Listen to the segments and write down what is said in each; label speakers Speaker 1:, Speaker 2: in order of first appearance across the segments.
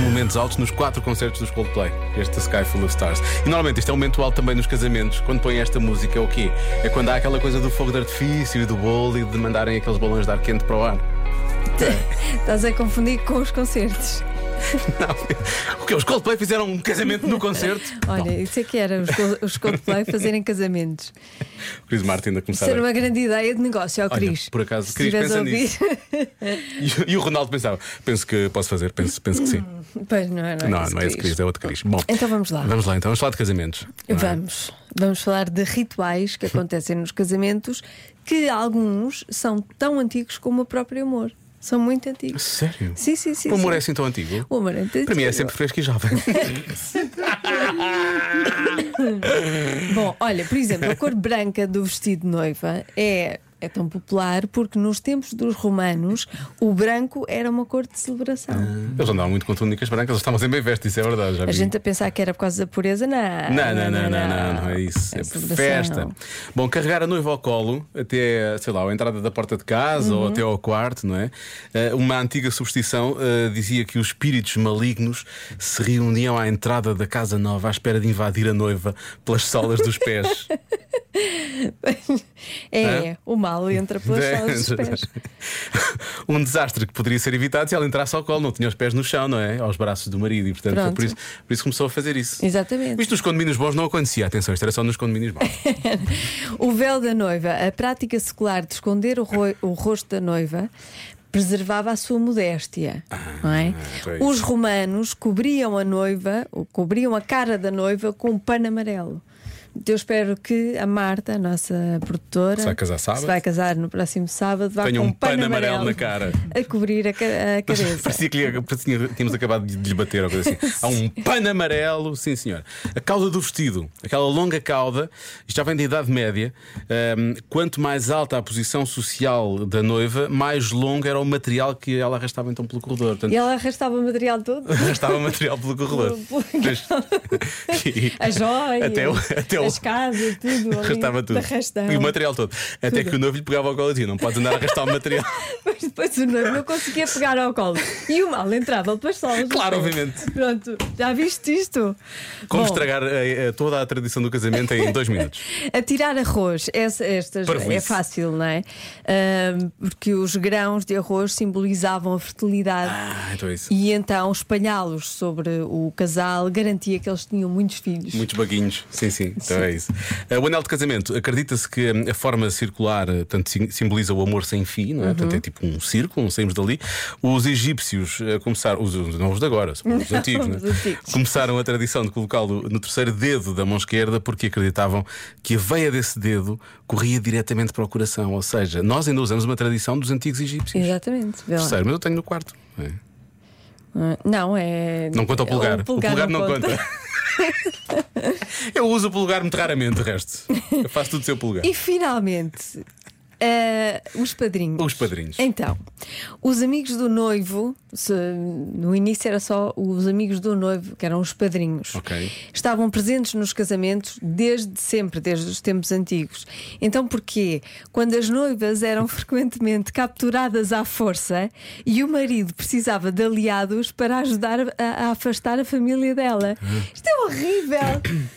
Speaker 1: Momentos altos nos quatro concertos dos Coldplay. Este Sky Full of Stars. E normalmente este é um momento alto também nos casamentos. Quando põem esta música, é o quê? É quando há aquela coisa do fogo de artifício e do bolo e de mandarem aqueles balões de ar quente para o ar.
Speaker 2: Estás a confundir com os concertos.
Speaker 1: Não. O que os Coldplay fizeram um casamento no concerto?
Speaker 2: Olha, isso é que era os, Col- os Coldplay fazerem casamentos.
Speaker 1: O Chris Martin ainda
Speaker 2: Isso
Speaker 1: começava.
Speaker 2: era uma grande ideia de negócio, ó
Speaker 1: Tá Olha,
Speaker 2: Cris.
Speaker 1: por acaso,
Speaker 2: Se
Speaker 1: Cris,
Speaker 2: tiveres
Speaker 1: pensa
Speaker 2: a ouvir-
Speaker 1: nisso. E, e o Ronaldo pensava: penso que posso fazer, penso, penso que sim.
Speaker 2: Pois não é, não é,
Speaker 1: não,
Speaker 2: isso,
Speaker 1: não é esse
Speaker 2: Cris.
Speaker 1: Cris, é outro Cris. Bom,
Speaker 2: Então vamos lá.
Speaker 1: Vamos lá então, vamos falar de casamentos. não é?
Speaker 2: Vamos. Vamos falar de rituais que acontecem nos casamentos que alguns são tão antigos como o próprio amor. São muito antigos.
Speaker 1: Sério?
Speaker 2: Sim, sim, sim.
Speaker 1: o amor
Speaker 2: sim.
Speaker 1: é assim tão antigo?
Speaker 2: O amor é antigo.
Speaker 1: Para mim é sempre fresco e jovem.
Speaker 2: Bom, olha, por exemplo, a cor branca do vestido de noiva é, é tão popular porque nos tempos dos romanos o branco era uma cor de celebração.
Speaker 1: Eles andavam muito com túnicas brancas, eles estavam sempre bem vestes, isso é verdade. Já
Speaker 2: A
Speaker 1: vi.
Speaker 2: gente a pensar que era por causa da pureza, não. tipo
Speaker 1: Não, não, não, não, não, não é isso. É,
Speaker 2: celebração.
Speaker 1: festa. Bom, carregar a noiva ao colo até, sei lá, à entrada da porta de casa
Speaker 2: Uhum.
Speaker 1: ou até ao quarto, não é? Eh, uma antiga superstição eh, dizia que os espíritos malignos se reuniam à entrada da casa nova à espera de invadir a noiva pelas solas dos pés.
Speaker 2: É,
Speaker 1: Hã?
Speaker 2: o mal entra pelas solas dos pés.
Speaker 1: Né? um desastre que poderia ser evitado se ela entrasse ao colo, não tinha os pés no chão, não é? Aos braços do marido, e portanto foi
Speaker 2: Pronto.
Speaker 1: por isso, por isso começou a fazer isso.
Speaker 2: Exatamente.
Speaker 1: Isto nos condomínios bons não acontecia, atenção, isto era só nos condomínios bons.
Speaker 2: O véu da noiva, a prática secular de esconder o, roi- o rosto da noiva, preservava a sua modéstia. não é?
Speaker 1: então é isso.
Speaker 2: Os romanos cobriam a noiva, ou cobriam a cara da noiva com um pano amarelo. Então, Eu espero que a Marta, a nossa produtora,
Speaker 1: Se vai casar sábado.
Speaker 2: se vai casar no próximo sábado, vá
Speaker 1: Tenha
Speaker 2: com
Speaker 1: um pano amarelo na cara.
Speaker 2: a cobrir a, ca- a cabeça.
Speaker 1: Parecia que lhe- parecia que tínhamos acabado de lhe bater ou coisa assim. Há um pano amarelo, sim senhor. A cauda do vestido, aquela longa cauda, isto já vem da Idade Média. Ahm, quanto mais alta a posição social da noiva, mais longo era o material que ela arrastava então pelo corredor. Portanto,
Speaker 2: E ela arrastava o material todo.
Speaker 1: arrastava o material pelo corredor.
Speaker 2: Pelo- pelo-
Speaker 1: Pois. E-
Speaker 2: As joias,
Speaker 1: Até o- até o-
Speaker 2: as casas, tudo. ali,
Speaker 1: Arrastava tudo.
Speaker 2: Arrastava.
Speaker 1: E o material todo. Até que o noivo lhe pegava ao colo e dizia: Não podes andar a arrastar o material.
Speaker 2: Mas depois o noivo não conseguia pegar ao colo. E o mal entrava pelas solas.
Speaker 1: Claro, obviamente.
Speaker 2: Pronto, já viste isto?
Speaker 1: Como
Speaker 2: Bom,
Speaker 1: estragar eh, eh, toda a tradição do casamento em dois minutos.
Speaker 2: Atirar arroz, essa, estas-
Speaker 1: Parvoíce.
Speaker 2: é fácil, não é? Ahm, porque os grãos de arroz simbolizavam a fertilidade.
Speaker 1: Ah, então é isso.
Speaker 2: E então espalhá-los sobre o casal garantia que eles tinham muitos filhos.
Speaker 1: Muitos baguinhos, sim, sim, então é isso. Eh, o anel de casamento, acredita-se que hum, a forma circular eh, portanto, sim- simboliza o amor sem fim, não é? Portanto,
Speaker 2: Uhum.
Speaker 1: é tipo um círculo, não saímos dali. Os egípcios eh, começaram, os, os- não os de agora, são os antigos, não é?
Speaker 2: Os antigos.
Speaker 1: começaram a tradição de colocá-lo no terceiro dedo da mão esquerda porque acreditavam que a veia desse dedo corria diretamente para o coração. Ou seja, nós ainda usamos uma tradição dos antigos egípcios.
Speaker 2: Exatamente. vê lá.
Speaker 1: Terceiro, mas eu tenho no quarto. não é?
Speaker 2: Ah, Não, é.
Speaker 1: Não conta o polegar.
Speaker 2: O polegar,
Speaker 1: não, conta. Eu uso o polegar muito raramente, de resto. Eu faço tudo sem o polegar.
Speaker 2: E finalmente, eh, os padrinhos.
Speaker 1: Os padrinhos.
Speaker 2: Então, os amigos do noivo, se- no início era só os amigos do noivo, que eram os padrinhos,
Speaker 1: Ok.
Speaker 2: estavam presentes nos casamentos desde sempre, desde os tempos antigos. Então, porquê? Quando as noivas eram frequentemente capturadas à força e o marido precisava de aliados para ajudar a, a afastar a família dela.
Speaker 1: Ah.
Speaker 2: Isto é horrível!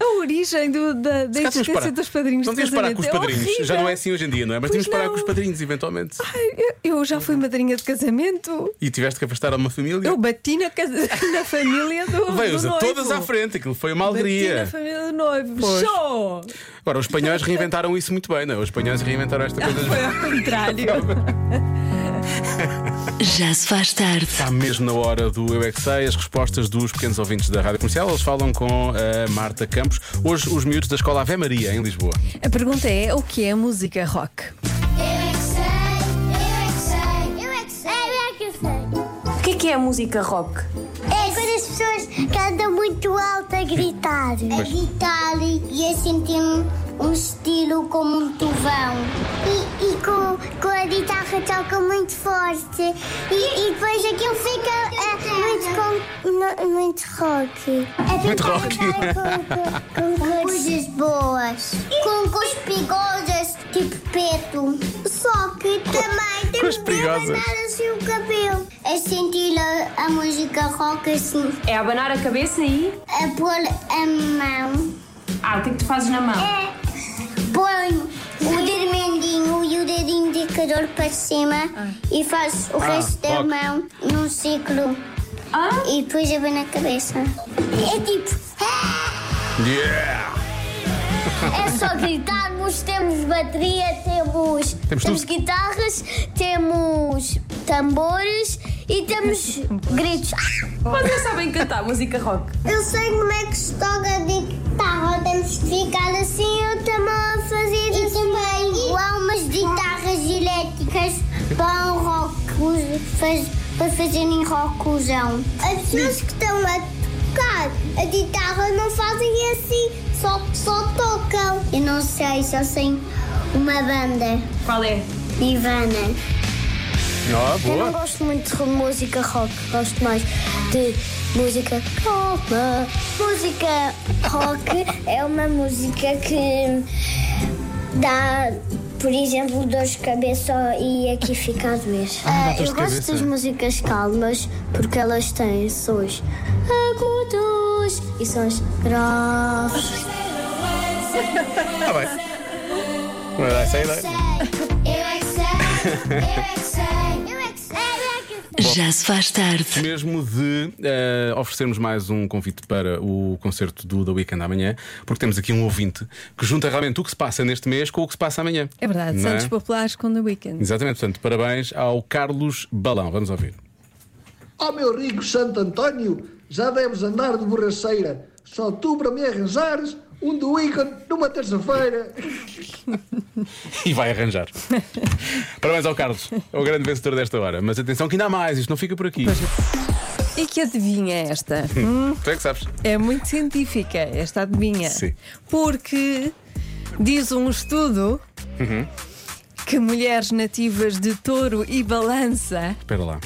Speaker 2: A origem do- da, da
Speaker 1: Se calhar tínhamos de
Speaker 2: existência
Speaker 1: parar.
Speaker 2: dos padrinhos
Speaker 1: Não
Speaker 2: de
Speaker 1: tínhamos de parar com os
Speaker 2: casamento.
Speaker 1: padrinhos.
Speaker 2: horrível.
Speaker 1: Já não é assim hoje em dia, não é? Mas tínhamos
Speaker 2: Pois
Speaker 1: de parar
Speaker 2: não.
Speaker 1: com os padrinhos, eventualmente.
Speaker 2: Ai, eu, eu já fui madrinha de casamento.
Speaker 1: E tiveste que afastar uma família.
Speaker 2: Eu bati na, casa, na família do.
Speaker 1: Veio-os
Speaker 2: do
Speaker 1: a
Speaker 2: noivo.
Speaker 1: todas à frente, aquilo foi uma
Speaker 2: Bati na
Speaker 1: alegria.
Speaker 2: família do noivo.
Speaker 1: Pois.
Speaker 2: Show!
Speaker 1: Agora, os espanhóis reinventaram isso muito bem, não é? Os espanhóis reinventaram esta coisa.
Speaker 2: Foi ao contrário.
Speaker 3: Já se faz tarde.
Speaker 1: Está mesmo na hora do Eu é Que Sei, as respostas dos pequenos ouvintes da Rádio Comercial. Eles falam com a Marta Campos, hoje os miúdos da Escola Ave Maria, em Lisboa.
Speaker 2: A pergunta é: o que é música rock?
Speaker 4: Eu é que sei, eu é que sei, eu é que sei, eu é que sei.
Speaker 5: O que é
Speaker 4: que é a música rock?
Speaker 5: É quando as pessoas cantam muito alto a gritar. A gritar e a sentir um, um estilo como um trovão. E, e com, com a guitarra toca muito forte. E, e depois aquilo fica eh, muito, com, no- muito rock. É
Speaker 1: Muito rock.
Speaker 5: Com, com, com coisas boas. Com cuspigosas, tipo peto. Só que também temos de
Speaker 1: Cuspigosas.
Speaker 5: abanar assim o cabelo. A sentir a, a música rock assim.
Speaker 4: É abanar a cabeça e.
Speaker 5: A pôr a mão.
Speaker 4: Ah, o que é que tu fazes na mão?
Speaker 5: É. Ponho o dermendinho e o dedinho indicador para cima e faço
Speaker 1: Ah,
Speaker 5: o resto da
Speaker 1: rock.
Speaker 5: mão num ciclo.
Speaker 4: Ah?
Speaker 5: E depois abano a cabeça. É tipo.
Speaker 1: Yeah!
Speaker 5: É só gritarmos, temos bateria, temos,
Speaker 1: Temos
Speaker 5: temos,
Speaker 1: tudo.
Speaker 5: guitarras, temos tambores e temos gritos. Ah,
Speaker 4: Vocês sabem cantar música rock?
Speaker 5: Eu sei como é que se toca de guitarra, temos de ficar assim, eu também a fazer e também igual umas guitarras elétricas para o rock, faz- para fazerem rockzão. As pessoas que estão a tocar a guitarra não fazem assim, só, só tocam. Eu não sei, só sei uma banda,
Speaker 4: Qual é?
Speaker 5: Nirvana.
Speaker 1: Ah,
Speaker 5: Eu não
Speaker 1: boa!
Speaker 5: gosto muito de música rock, gosto mais de música pop. Música rock é uma música que dá, por exemplo, dor de cabeça e aqui fica a doer.
Speaker 1: Ah, dá
Speaker 5: Ah,
Speaker 1: dor de
Speaker 5: eu gosto
Speaker 1: cabeça.
Speaker 5: das músicas calmas porque elas têm sons agudos e sons graves.
Speaker 1: Está bem. Vai dar essa é ideia.
Speaker 5: Eu é que sei, eu é que sei, eu é que sei, eu é que sei.
Speaker 3: Já se faz tarde.
Speaker 1: Mesmo de eh, oferecermos mais um convite para o concerto do The Weekend amanhã, porque temos aqui um ouvinte que junta realmente o que se passa neste mês com o que se passa amanhã.
Speaker 2: É verdade,
Speaker 1: Não é?
Speaker 2: Santos Populares com The Weekend.
Speaker 1: Exatamente, portanto, parabéns ao Carlos Balão. Vamos ouvir.
Speaker 6: Ó meu rico Santo António, já deves andar de borracheira. Só tu para me arranjares um do ícone numa terça-feira.
Speaker 1: E vai arranjar. parabéns ao Carlos, é o grande vencedor desta hora. Mas atenção que ainda há mais, isto não fica por aqui.
Speaker 2: E que adivinha é esta?
Speaker 1: Tu é que sabes.
Speaker 2: É muito científica esta adivinha.
Speaker 1: Sim.
Speaker 2: Porque diz um estudo
Speaker 1: Uhum.
Speaker 2: que mulheres nativas de touro e balança.
Speaker 1: Espera lá.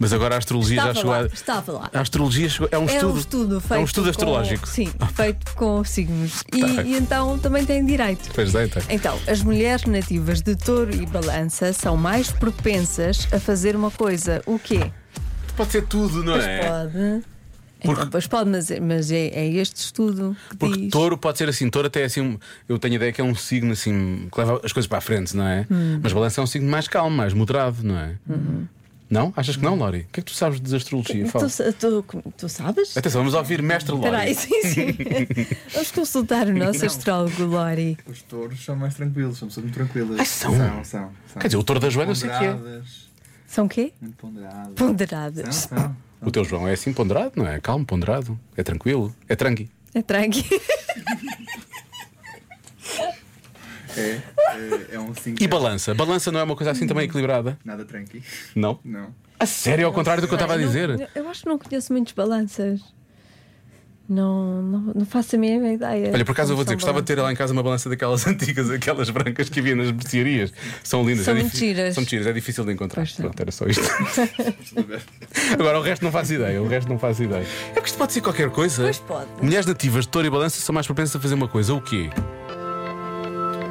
Speaker 1: Mas agora a astrologia
Speaker 2: Estava
Speaker 1: já chegou
Speaker 2: lá,
Speaker 1: a.
Speaker 2: estava lá.
Speaker 1: A astrologia chegou. É um
Speaker 2: É
Speaker 1: estudo.
Speaker 2: um estudo feito.
Speaker 1: é um estudo
Speaker 2: com-
Speaker 1: astrológico. Ah.
Speaker 2: Sim, feito com signos. E,
Speaker 1: Tá.
Speaker 2: e então também têm direito.
Speaker 1: Pois é, então.
Speaker 2: Então, as mulheres nativas de touro e balança são mais propensas a fazer uma coisa. O quê?
Speaker 1: Pode ser tudo, não é?
Speaker 2: Pode.
Speaker 1: Porque-
Speaker 2: Então, pois pode, mas, mas é, é este estudo que
Speaker 1: Porque
Speaker 2: diz.
Speaker 1: touro pode ser assim, touro até é assim, um- eu tenho a ideia que é um signo assim que leva as coisas para a frente, não é?
Speaker 2: Hum.
Speaker 1: Mas balança é um signo mais calmo, mais moderado, não é?
Speaker 2: Uhum.
Speaker 1: Não? Achas que não, Lori? O que é que tu sabes de astrologia? Fala.
Speaker 2: Então, Tu, tu- tu sabes?
Speaker 1: Atenção, vamos ouvir mestre Lori.
Speaker 2: Espera aí, sim, sim. Vamos consultar o nosso astrólogo Lori.
Speaker 7: Os touros são mais tranquilos, são pessoas muito tranquilas.
Speaker 1: Ah, são?
Speaker 7: São, são, são.
Speaker 1: Quer dizer, o touro da Joana eu sei que é.
Speaker 7: Ponderadas,
Speaker 2: São quê?
Speaker 7: Muito ponderadas. São,
Speaker 2: Ponderadas.
Speaker 7: são.
Speaker 1: O teu João é assim ponderado, não é? Calmo, ponderado, é tranquilo, é tranqui.
Speaker 2: É tranqui.
Speaker 7: É, é, é um 5.
Speaker 1: E balança? Balança não é uma coisa assim também equilibrada?
Speaker 7: Nada tranqui.
Speaker 1: Não?
Speaker 7: Não.
Speaker 1: A sério, ao contrário do que eu estava a dizer.
Speaker 2: Eu acho que não conheço muitos balanças. Não, não, não faço a mínima ideia.
Speaker 1: Olha, por acaso eu vou dizer,
Speaker 2: São
Speaker 1: gostava de ter lá em casa uma balança daquelas antigas, aquelas brancas que havia nas mercearias. São lindas,
Speaker 2: São
Speaker 1: é
Speaker 2: muito
Speaker 1: difí-
Speaker 2: giras.
Speaker 1: São muito giras, é difícil de encontrar.
Speaker 2: Pois são.
Speaker 1: Pronto, era só isto. Agora o resto não faço ideia, o resto não faço ideia. É porque isto pode ser qualquer coisa.
Speaker 2: Pois pode.
Speaker 1: Mulheres nativas de touro e balança são mais propensas a fazer uma coisa, o quê?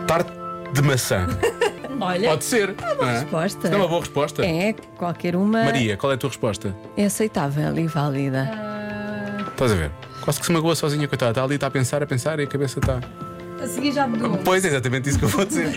Speaker 1: Tarte de maçã.
Speaker 2: balanças. Olha,
Speaker 1: Pode ser. É uma
Speaker 2: resposta.
Speaker 1: É uma boa resposta.
Speaker 2: é, qualquer uma
Speaker 1: Maria, qual é a tua resposta?
Speaker 2: é aceitável e válida.
Speaker 4: ah,
Speaker 1: Estás a ver? Quase que se magoa sozinha, coitada. Está ali, está a pensar, a pensar e a cabeça está.
Speaker 2: A seguir já mudou.
Speaker 1: Pois é, exatamente isso que eu vou dizer.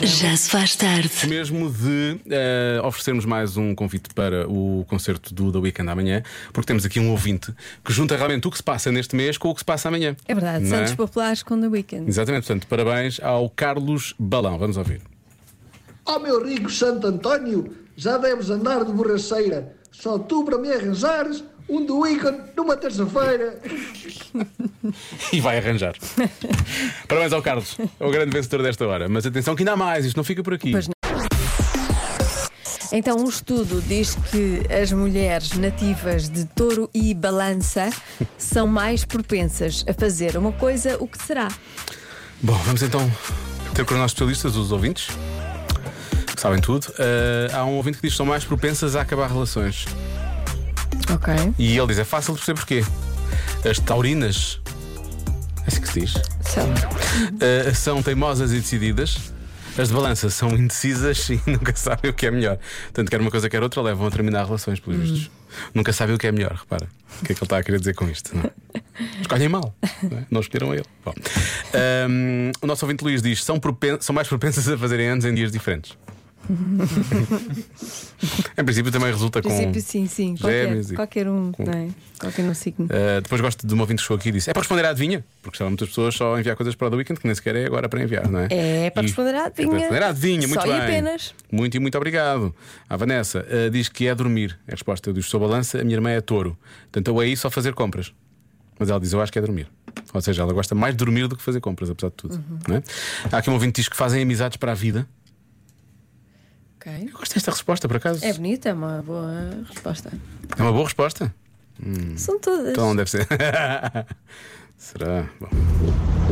Speaker 3: Já se faz tarde.
Speaker 1: Mesmo de eh, oferecermos mais um convite para o concerto do The Weekend amanhã, porque temos aqui um ouvinte que junta realmente o que se passa neste mês com o que se passa amanhã.
Speaker 2: É verdade,
Speaker 1: Não é?
Speaker 2: Santos Populares com The Weekend.
Speaker 1: Exatamente, portanto, parabéns ao Carlos Balão. Vamos ouvir.
Speaker 6: Ó meu rico Santo António, já deves andar de borracheira. Só tu para me arranjares um do ícone numa terça-feira.
Speaker 1: E vai arranjar. parabéns ao Carlos, é o grande vencedor desta hora. Mas atenção que ainda há mais, isto não fica por aqui.
Speaker 2: Pois não. Então, um estudo diz que as mulheres nativas de touro e balança são mais propensas a fazer uma coisa, o que será?
Speaker 1: Bom, vamos então ter com os nossos especialistas, os ouvintes, que sabem tudo. Ah, há um ouvinte que diz que são mais propensas a acabar relações.
Speaker 2: Ok.
Speaker 1: E ele diz: é fácil de perceber porquê. As taurinas, é assim que se diz,
Speaker 2: Sei lá.
Speaker 1: ah, são teimosas e decididas. As de balança são indecisas e nunca sabem o que é melhor. Tanto quer uma coisa, quer outra, levam a terminar relações, pelos
Speaker 2: Hum.
Speaker 1: vistos. Nunca sabem o que é melhor, repara. O que é que ele está a querer dizer com isto? Não? é? Escolhem mal, não, é? Não escolheram a ele. Bom. Ahm, o nosso ouvinte Luís diz: são, propen- são mais propensas a fazerem anos em dias diferentes. em princípio, também resulta
Speaker 2: Em princípio,
Speaker 1: com.
Speaker 2: sim, sim.
Speaker 1: gêmeos e-
Speaker 2: Qualquer, qualquer um,
Speaker 1: com-
Speaker 2: não é? Qualquer um signo.
Speaker 1: Uh, depois gosto de uma ouvinte que chegou aqui e disse: É para responder à adivinha? Porque estavam muitas pessoas só a enviar coisas para o The Weekend que nem sequer é agora para enviar, não é?
Speaker 2: É para
Speaker 1: E-
Speaker 2: responder à adivinha.
Speaker 1: É para responder à adivinha, muito
Speaker 2: Só e
Speaker 1: bem.
Speaker 2: apenas.
Speaker 1: Muito e muito obrigado. A Vanessa uh, diz que é dormir. É a resposta. Eu diz: Sou balança, a minha irmã é touro. Portanto, eu aí só fazer compras. Mas ela diz: Eu acho que é dormir. Ou seja, ela gosta mais de dormir do que fazer compras, apesar de tudo.
Speaker 2: Uhum.
Speaker 1: não é? Há aqui um ouvinte que diz que fazem amizades para a vida.
Speaker 2: Ok.
Speaker 1: Eu gosto desta resposta, por acaso.
Speaker 2: É bonita, é uma boa resposta.
Speaker 1: É uma boa resposta.
Speaker 2: São todas.
Speaker 1: Então não deve ser. Será? Bom.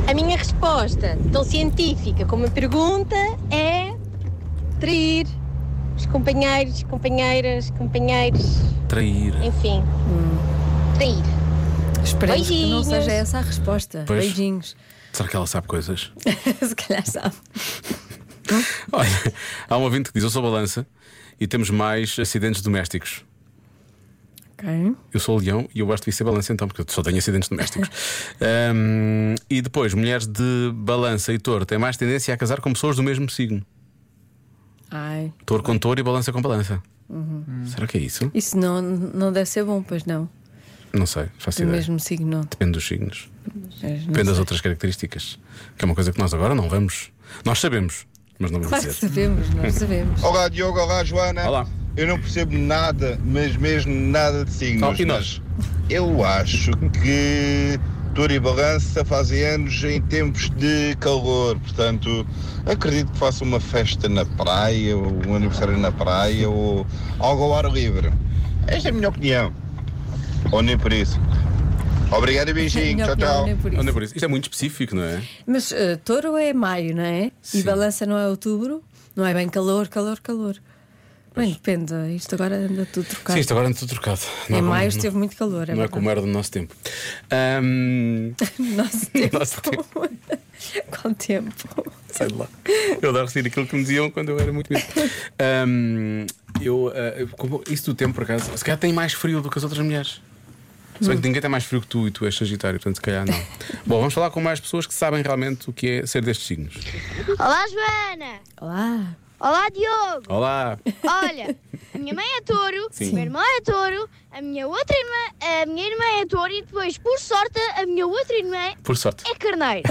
Speaker 8: A minha resposta, tão científica como a pergunta, é trair os companheiros, companheiras, companheiros,
Speaker 1: Trair.
Speaker 8: enfim. Trair.
Speaker 2: Esperemos que não
Speaker 8: Beijinhos.
Speaker 2: seja essa a resposta.
Speaker 1: Pois.
Speaker 2: Beijinhos.
Speaker 1: Será que ela sabe coisas?
Speaker 2: Se calhar sabe.
Speaker 1: Olha, há um ouvinte que diz: Eu sou balança e temos mais acidentes domésticos.
Speaker 2: Ok.
Speaker 1: Eu sou leão e eu gosto de ser balança então, porque eu só tenho acidentes domésticos. Ahm, e depois, mulheres de balança e touro têm mais tendência a casar com pessoas do mesmo signo:
Speaker 2: Ai.
Speaker 1: touro com touro e balança com balança.
Speaker 2: Uhum.
Speaker 1: Será que é isso?
Speaker 2: Isso não, não deve ser bom, pois não.
Speaker 1: Não sei, faço
Speaker 2: Do
Speaker 1: ideia.
Speaker 2: mesmo signo.
Speaker 1: Depende dos signos,
Speaker 2: Mas não
Speaker 1: é. depende das
Speaker 2: sei.
Speaker 1: outras características, que é uma coisa que nós agora não vamos. Nós sabemos, mas não vamos
Speaker 2: Claro que
Speaker 1: dizer.
Speaker 2: sabemos, nós sabemos.
Speaker 9: Olá Diogo, olá Joana.
Speaker 1: Olá.
Speaker 9: Eu não percebo nada, mas mesmo nada de signos.
Speaker 1: Oh, e nós?
Speaker 9: mas eu acho que Tour e Balança fazem anos em tempos de calor, portanto acredito que faça uma festa na praia, ou um aniversário na praia, ou algo ao ar livre. Esta é a minha opinião. Ou nem por isso. Obrigado e beijinho.
Speaker 2: Minha
Speaker 9: Tchau,
Speaker 2: opinião,
Speaker 9: tchau.
Speaker 2: nem por isso.
Speaker 1: Olha, por isso. Isto é muito específico, não é?
Speaker 2: Mas eh, touro é maio, não é? E
Speaker 1: Sim.
Speaker 2: balança não é outubro, não é bem calor, calor, calor. Bem, depende, isto agora anda tudo trocado.
Speaker 1: Sim, isto agora anda tudo trocado.
Speaker 2: Em
Speaker 1: é como-
Speaker 2: maio
Speaker 1: não-
Speaker 2: esteve muito calor, é
Speaker 1: Não é
Speaker 2: verdade.
Speaker 1: como era do nosso tempo. Ahm,
Speaker 2: Nosso tempo.
Speaker 1: Nosso
Speaker 2: Qual tempo?
Speaker 1: sei lá. Eu adoro receber aquilo que me diziam quando eu era muito miúdo. Ahm, eu, ah, eu- como- isso do tempo, por acaso, se calhar tem mais frio do que as outras mulheres. Se bem
Speaker 2: Hum.
Speaker 1: que ninguém tem mais frio que tu e tu és Sagitário, portanto, se calhar não. Bom, vamos falar com mais pessoas que sabem realmente o que é ser destes signos.
Speaker 5: Olá, Joana.
Speaker 2: Olá.
Speaker 5: Olá, Diogo.
Speaker 1: Olá!
Speaker 5: Olha, a minha mãe é touro,
Speaker 1: Sim.
Speaker 5: o meu irmão é touro, a minha outra irmã, a minha irmã é touro e depois, por sorte, a minha outra irmã
Speaker 1: Por sorte.
Speaker 5: é carneiro.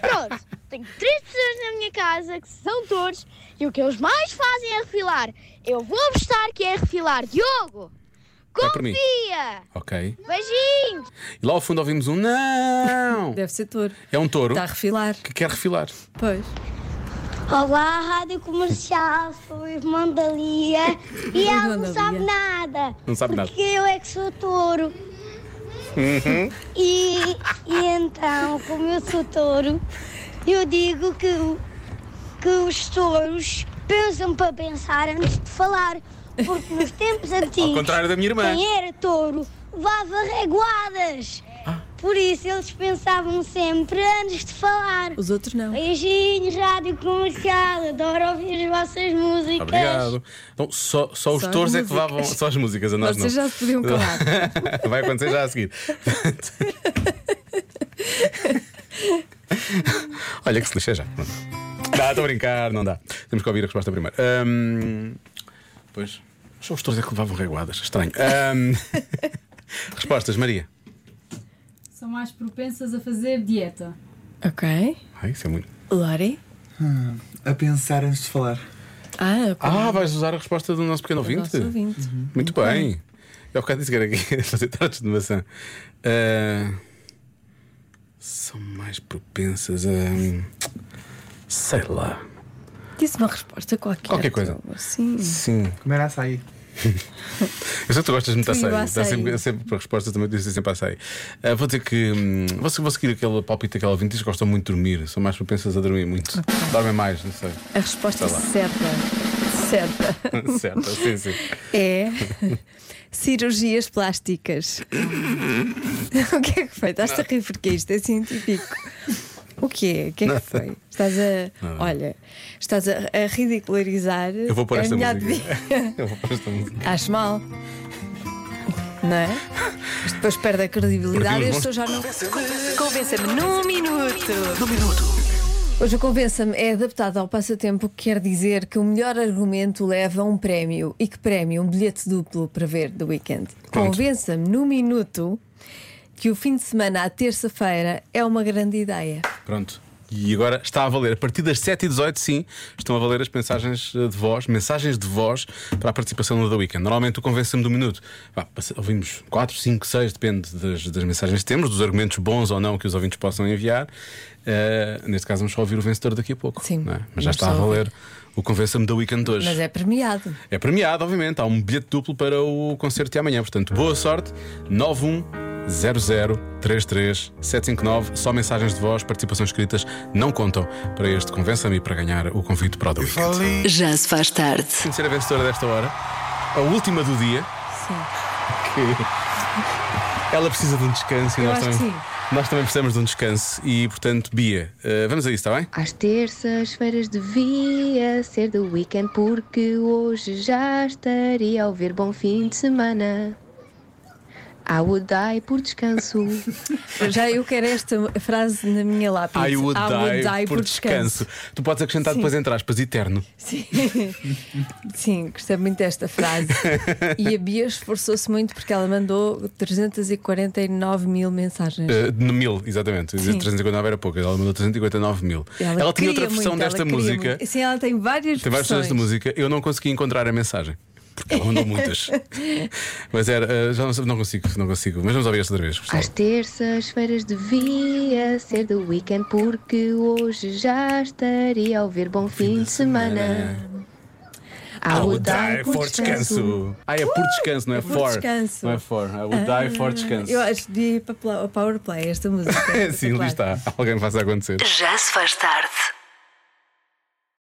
Speaker 5: Pronto, tenho três pessoas na minha casa que são touros e o que eles mais fazem é refilar. Eu vou apostar que é refilar. Diogo,
Speaker 1: É por mim.
Speaker 5: confia!
Speaker 1: Ok.
Speaker 5: Beijinhos!
Speaker 1: E lá ao fundo ouvimos um não!
Speaker 2: Deve ser touro.
Speaker 1: É um touro
Speaker 2: Está a refilar.
Speaker 1: que quer refilar.
Speaker 2: Pois.
Speaker 5: Olá, Rádio Comercial, sou o irmão da Lia e
Speaker 2: ela não Irmão da sabe Lia.
Speaker 5: nada.
Speaker 1: Não sabe nada.
Speaker 5: Porque eu é que sou touro.
Speaker 1: Uhum.
Speaker 5: E, e então, como eu sou touro, eu digo que, o- que os touros pensam para pensar antes de falar. Porque nos tempos antigos,
Speaker 1: Ao contrário da minha irmã.
Speaker 5: quem era touro levava reguadas.
Speaker 1: Ah.
Speaker 5: Por isso eles pensavam sempre antes de falar.
Speaker 2: Os outros não.
Speaker 5: Beijinhos, rádio comercial, adoro ouvir as vossas músicas.
Speaker 1: Obrigado. Então, só, só os
Speaker 2: Só as
Speaker 1: touros é que
Speaker 2: músicas.
Speaker 1: levavam. Só as músicas, a nós
Speaker 2: Vocês
Speaker 1: não.
Speaker 2: já se podiam calar.
Speaker 1: Vai acontecer já a seguir. Olha que se lixa já. Pronto. Dá, estou a brincar, não dá. Temos que ouvir a resposta primeiro. Ahm, pois, só os touros é que levavam reguadas. Estranho. Ahm, respostas, Maria.
Speaker 4: São mais propensas a fazer dieta.
Speaker 2: Ok.
Speaker 1: Ai, isso é muito.
Speaker 2: Lori?
Speaker 7: A pensar antes de falar.
Speaker 2: Ah,
Speaker 1: Ah, vais usar a resposta do nosso pequeno ouvinte?
Speaker 2: Nosso ouvinte.
Speaker 1: Muito bem. Eu há bocado disse que era aqui fazer tartes de maçã. Ah, são mais propensas a. Sei lá.
Speaker 2: Disse uma resposta qualquer.
Speaker 1: Qualquer coisa.
Speaker 2: Diogo. Sim.
Speaker 1: Sim.
Speaker 7: Comer açaí.
Speaker 1: Eu sei que tu gostas muito de
Speaker 2: Sim,
Speaker 1: açaí.
Speaker 2: do
Speaker 1: Dá
Speaker 2: açaí.
Speaker 1: sempre, sempre para resposta também dizem sempre açaí. Ah, vou dizer que. hum, vou, se- vou seguir aquele palpite daquela ouvinte diz que gostam muito de dormir. São mais propensas a dormir muito. Dormem mais, não sei.
Speaker 2: A
Speaker 1: Sei
Speaker 2: resposta
Speaker 1: Tá lá.
Speaker 2: certa. Certa.
Speaker 1: certo, sim, sim.
Speaker 2: É cirurgias plásticas. o que é que foi? Estás-te a rir porque isto é científico. O que é? O que é que foi? Estás a. Olha, estás a, a ridicularizar
Speaker 1: Eu vou pôr
Speaker 2: a
Speaker 1: esta
Speaker 2: minha
Speaker 1: música.
Speaker 2: adivinha.
Speaker 1: Eu vou pôr esta música.
Speaker 2: Acho mal. Não é? Mas depois perde a credibilidade e
Speaker 1: Perdemos
Speaker 2: as pessoas já não. Convença-me num minuto. Num minuto. Hoje o Convença-me é adaptado ao passatempo, que quer dizer que o melhor argumento leva um prémio. E que prémio? Um bilhete duplo para ver do weekend.
Speaker 1: Pronto.
Speaker 2: Convença-me num minuto que o fim de semana à terça-feira é uma grande ideia.
Speaker 1: Pronto. E agora está a valer. A partir das 7h18, sim, estão a valer as mensagens eh, de voz, mensagens de voz para a participação no The Weekend. Normalmente o convence-me do minuto. Vá, passa- ouvimos 4, 5, 6, depende das, das mensagens que temos, dos argumentos bons ou não que os ouvintes possam enviar. Eh, neste caso, vamos só ouvir o vencedor daqui a pouco.
Speaker 2: Sim,
Speaker 1: não é? Mas já
Speaker 2: vamos
Speaker 1: está a
Speaker 2: só ouvir.
Speaker 1: valer o convença-me da Weekend de hoje.
Speaker 2: Mas é premiado.
Speaker 1: É premiado, obviamente. Há um bilhete duplo para o concerto de amanhã. Portanto, boa sorte. 910033759. Só mensagens de voz, participações escritas não contam para este Convença-me e para ganhar o convite para o The Weekend.
Speaker 3: Já se faz tarde.
Speaker 1: Conhecer a vencedora desta hora, a última do dia,
Speaker 2: Sim.
Speaker 1: que ela precisa de um descanso e
Speaker 2: Eu
Speaker 1: nós
Speaker 2: acho que
Speaker 1: também,
Speaker 2: sim.
Speaker 1: nós também precisamos de um descanso. E, portanto, Bia, eh, vamos a isso, está bem?
Speaker 8: Às terças-feiras devia ser do weekend, porque hoje já estaria a ouvir bom fim de semana. I would die por descanso.
Speaker 2: Já eu quero esta frase na minha lápide.
Speaker 1: I would, die, por descanso. Tu podes acrescentar
Speaker 2: Sim.
Speaker 1: depois, entre aspas, eterno.
Speaker 2: Sim. Sim, gostei muito desta frase. E a Bia esforçou-se muito porque ela mandou 349 mil mensagens.
Speaker 1: Uh, no mil, exatamente.
Speaker 2: Sim.
Speaker 1: 359 era pouca, ela mandou 359 mil. Ela, tinha outra
Speaker 2: queria
Speaker 1: versão
Speaker 2: muito,
Speaker 1: desta
Speaker 2: ela queria
Speaker 1: música.
Speaker 2: muito. Sim, ela tem várias
Speaker 1: Tem várias versões
Speaker 2: versões.
Speaker 1: desta música, eu não consegui encontrar a mensagem. Porque ela mandou muitas. Mas era, uh, já não, sei- não consigo, não consigo. Mas vamos ouvir esta outra vez. Gustavo.
Speaker 8: Às terças-feiras devia ser do weekend, porque hoje já estaria a ouvir bom fim de semana. I would die por descanso.
Speaker 1: Ah, é por descanso, não é
Speaker 2: por
Speaker 1: for.
Speaker 2: descanso. Ah,
Speaker 1: Não é for. I would die for descanso.
Speaker 2: Eu acho que devia ir para a Powerplay esta música.
Speaker 1: É, Sim, ali
Speaker 2: espetacular.
Speaker 1: está. Alguém faz acontecer.
Speaker 3: Já se faz tarde.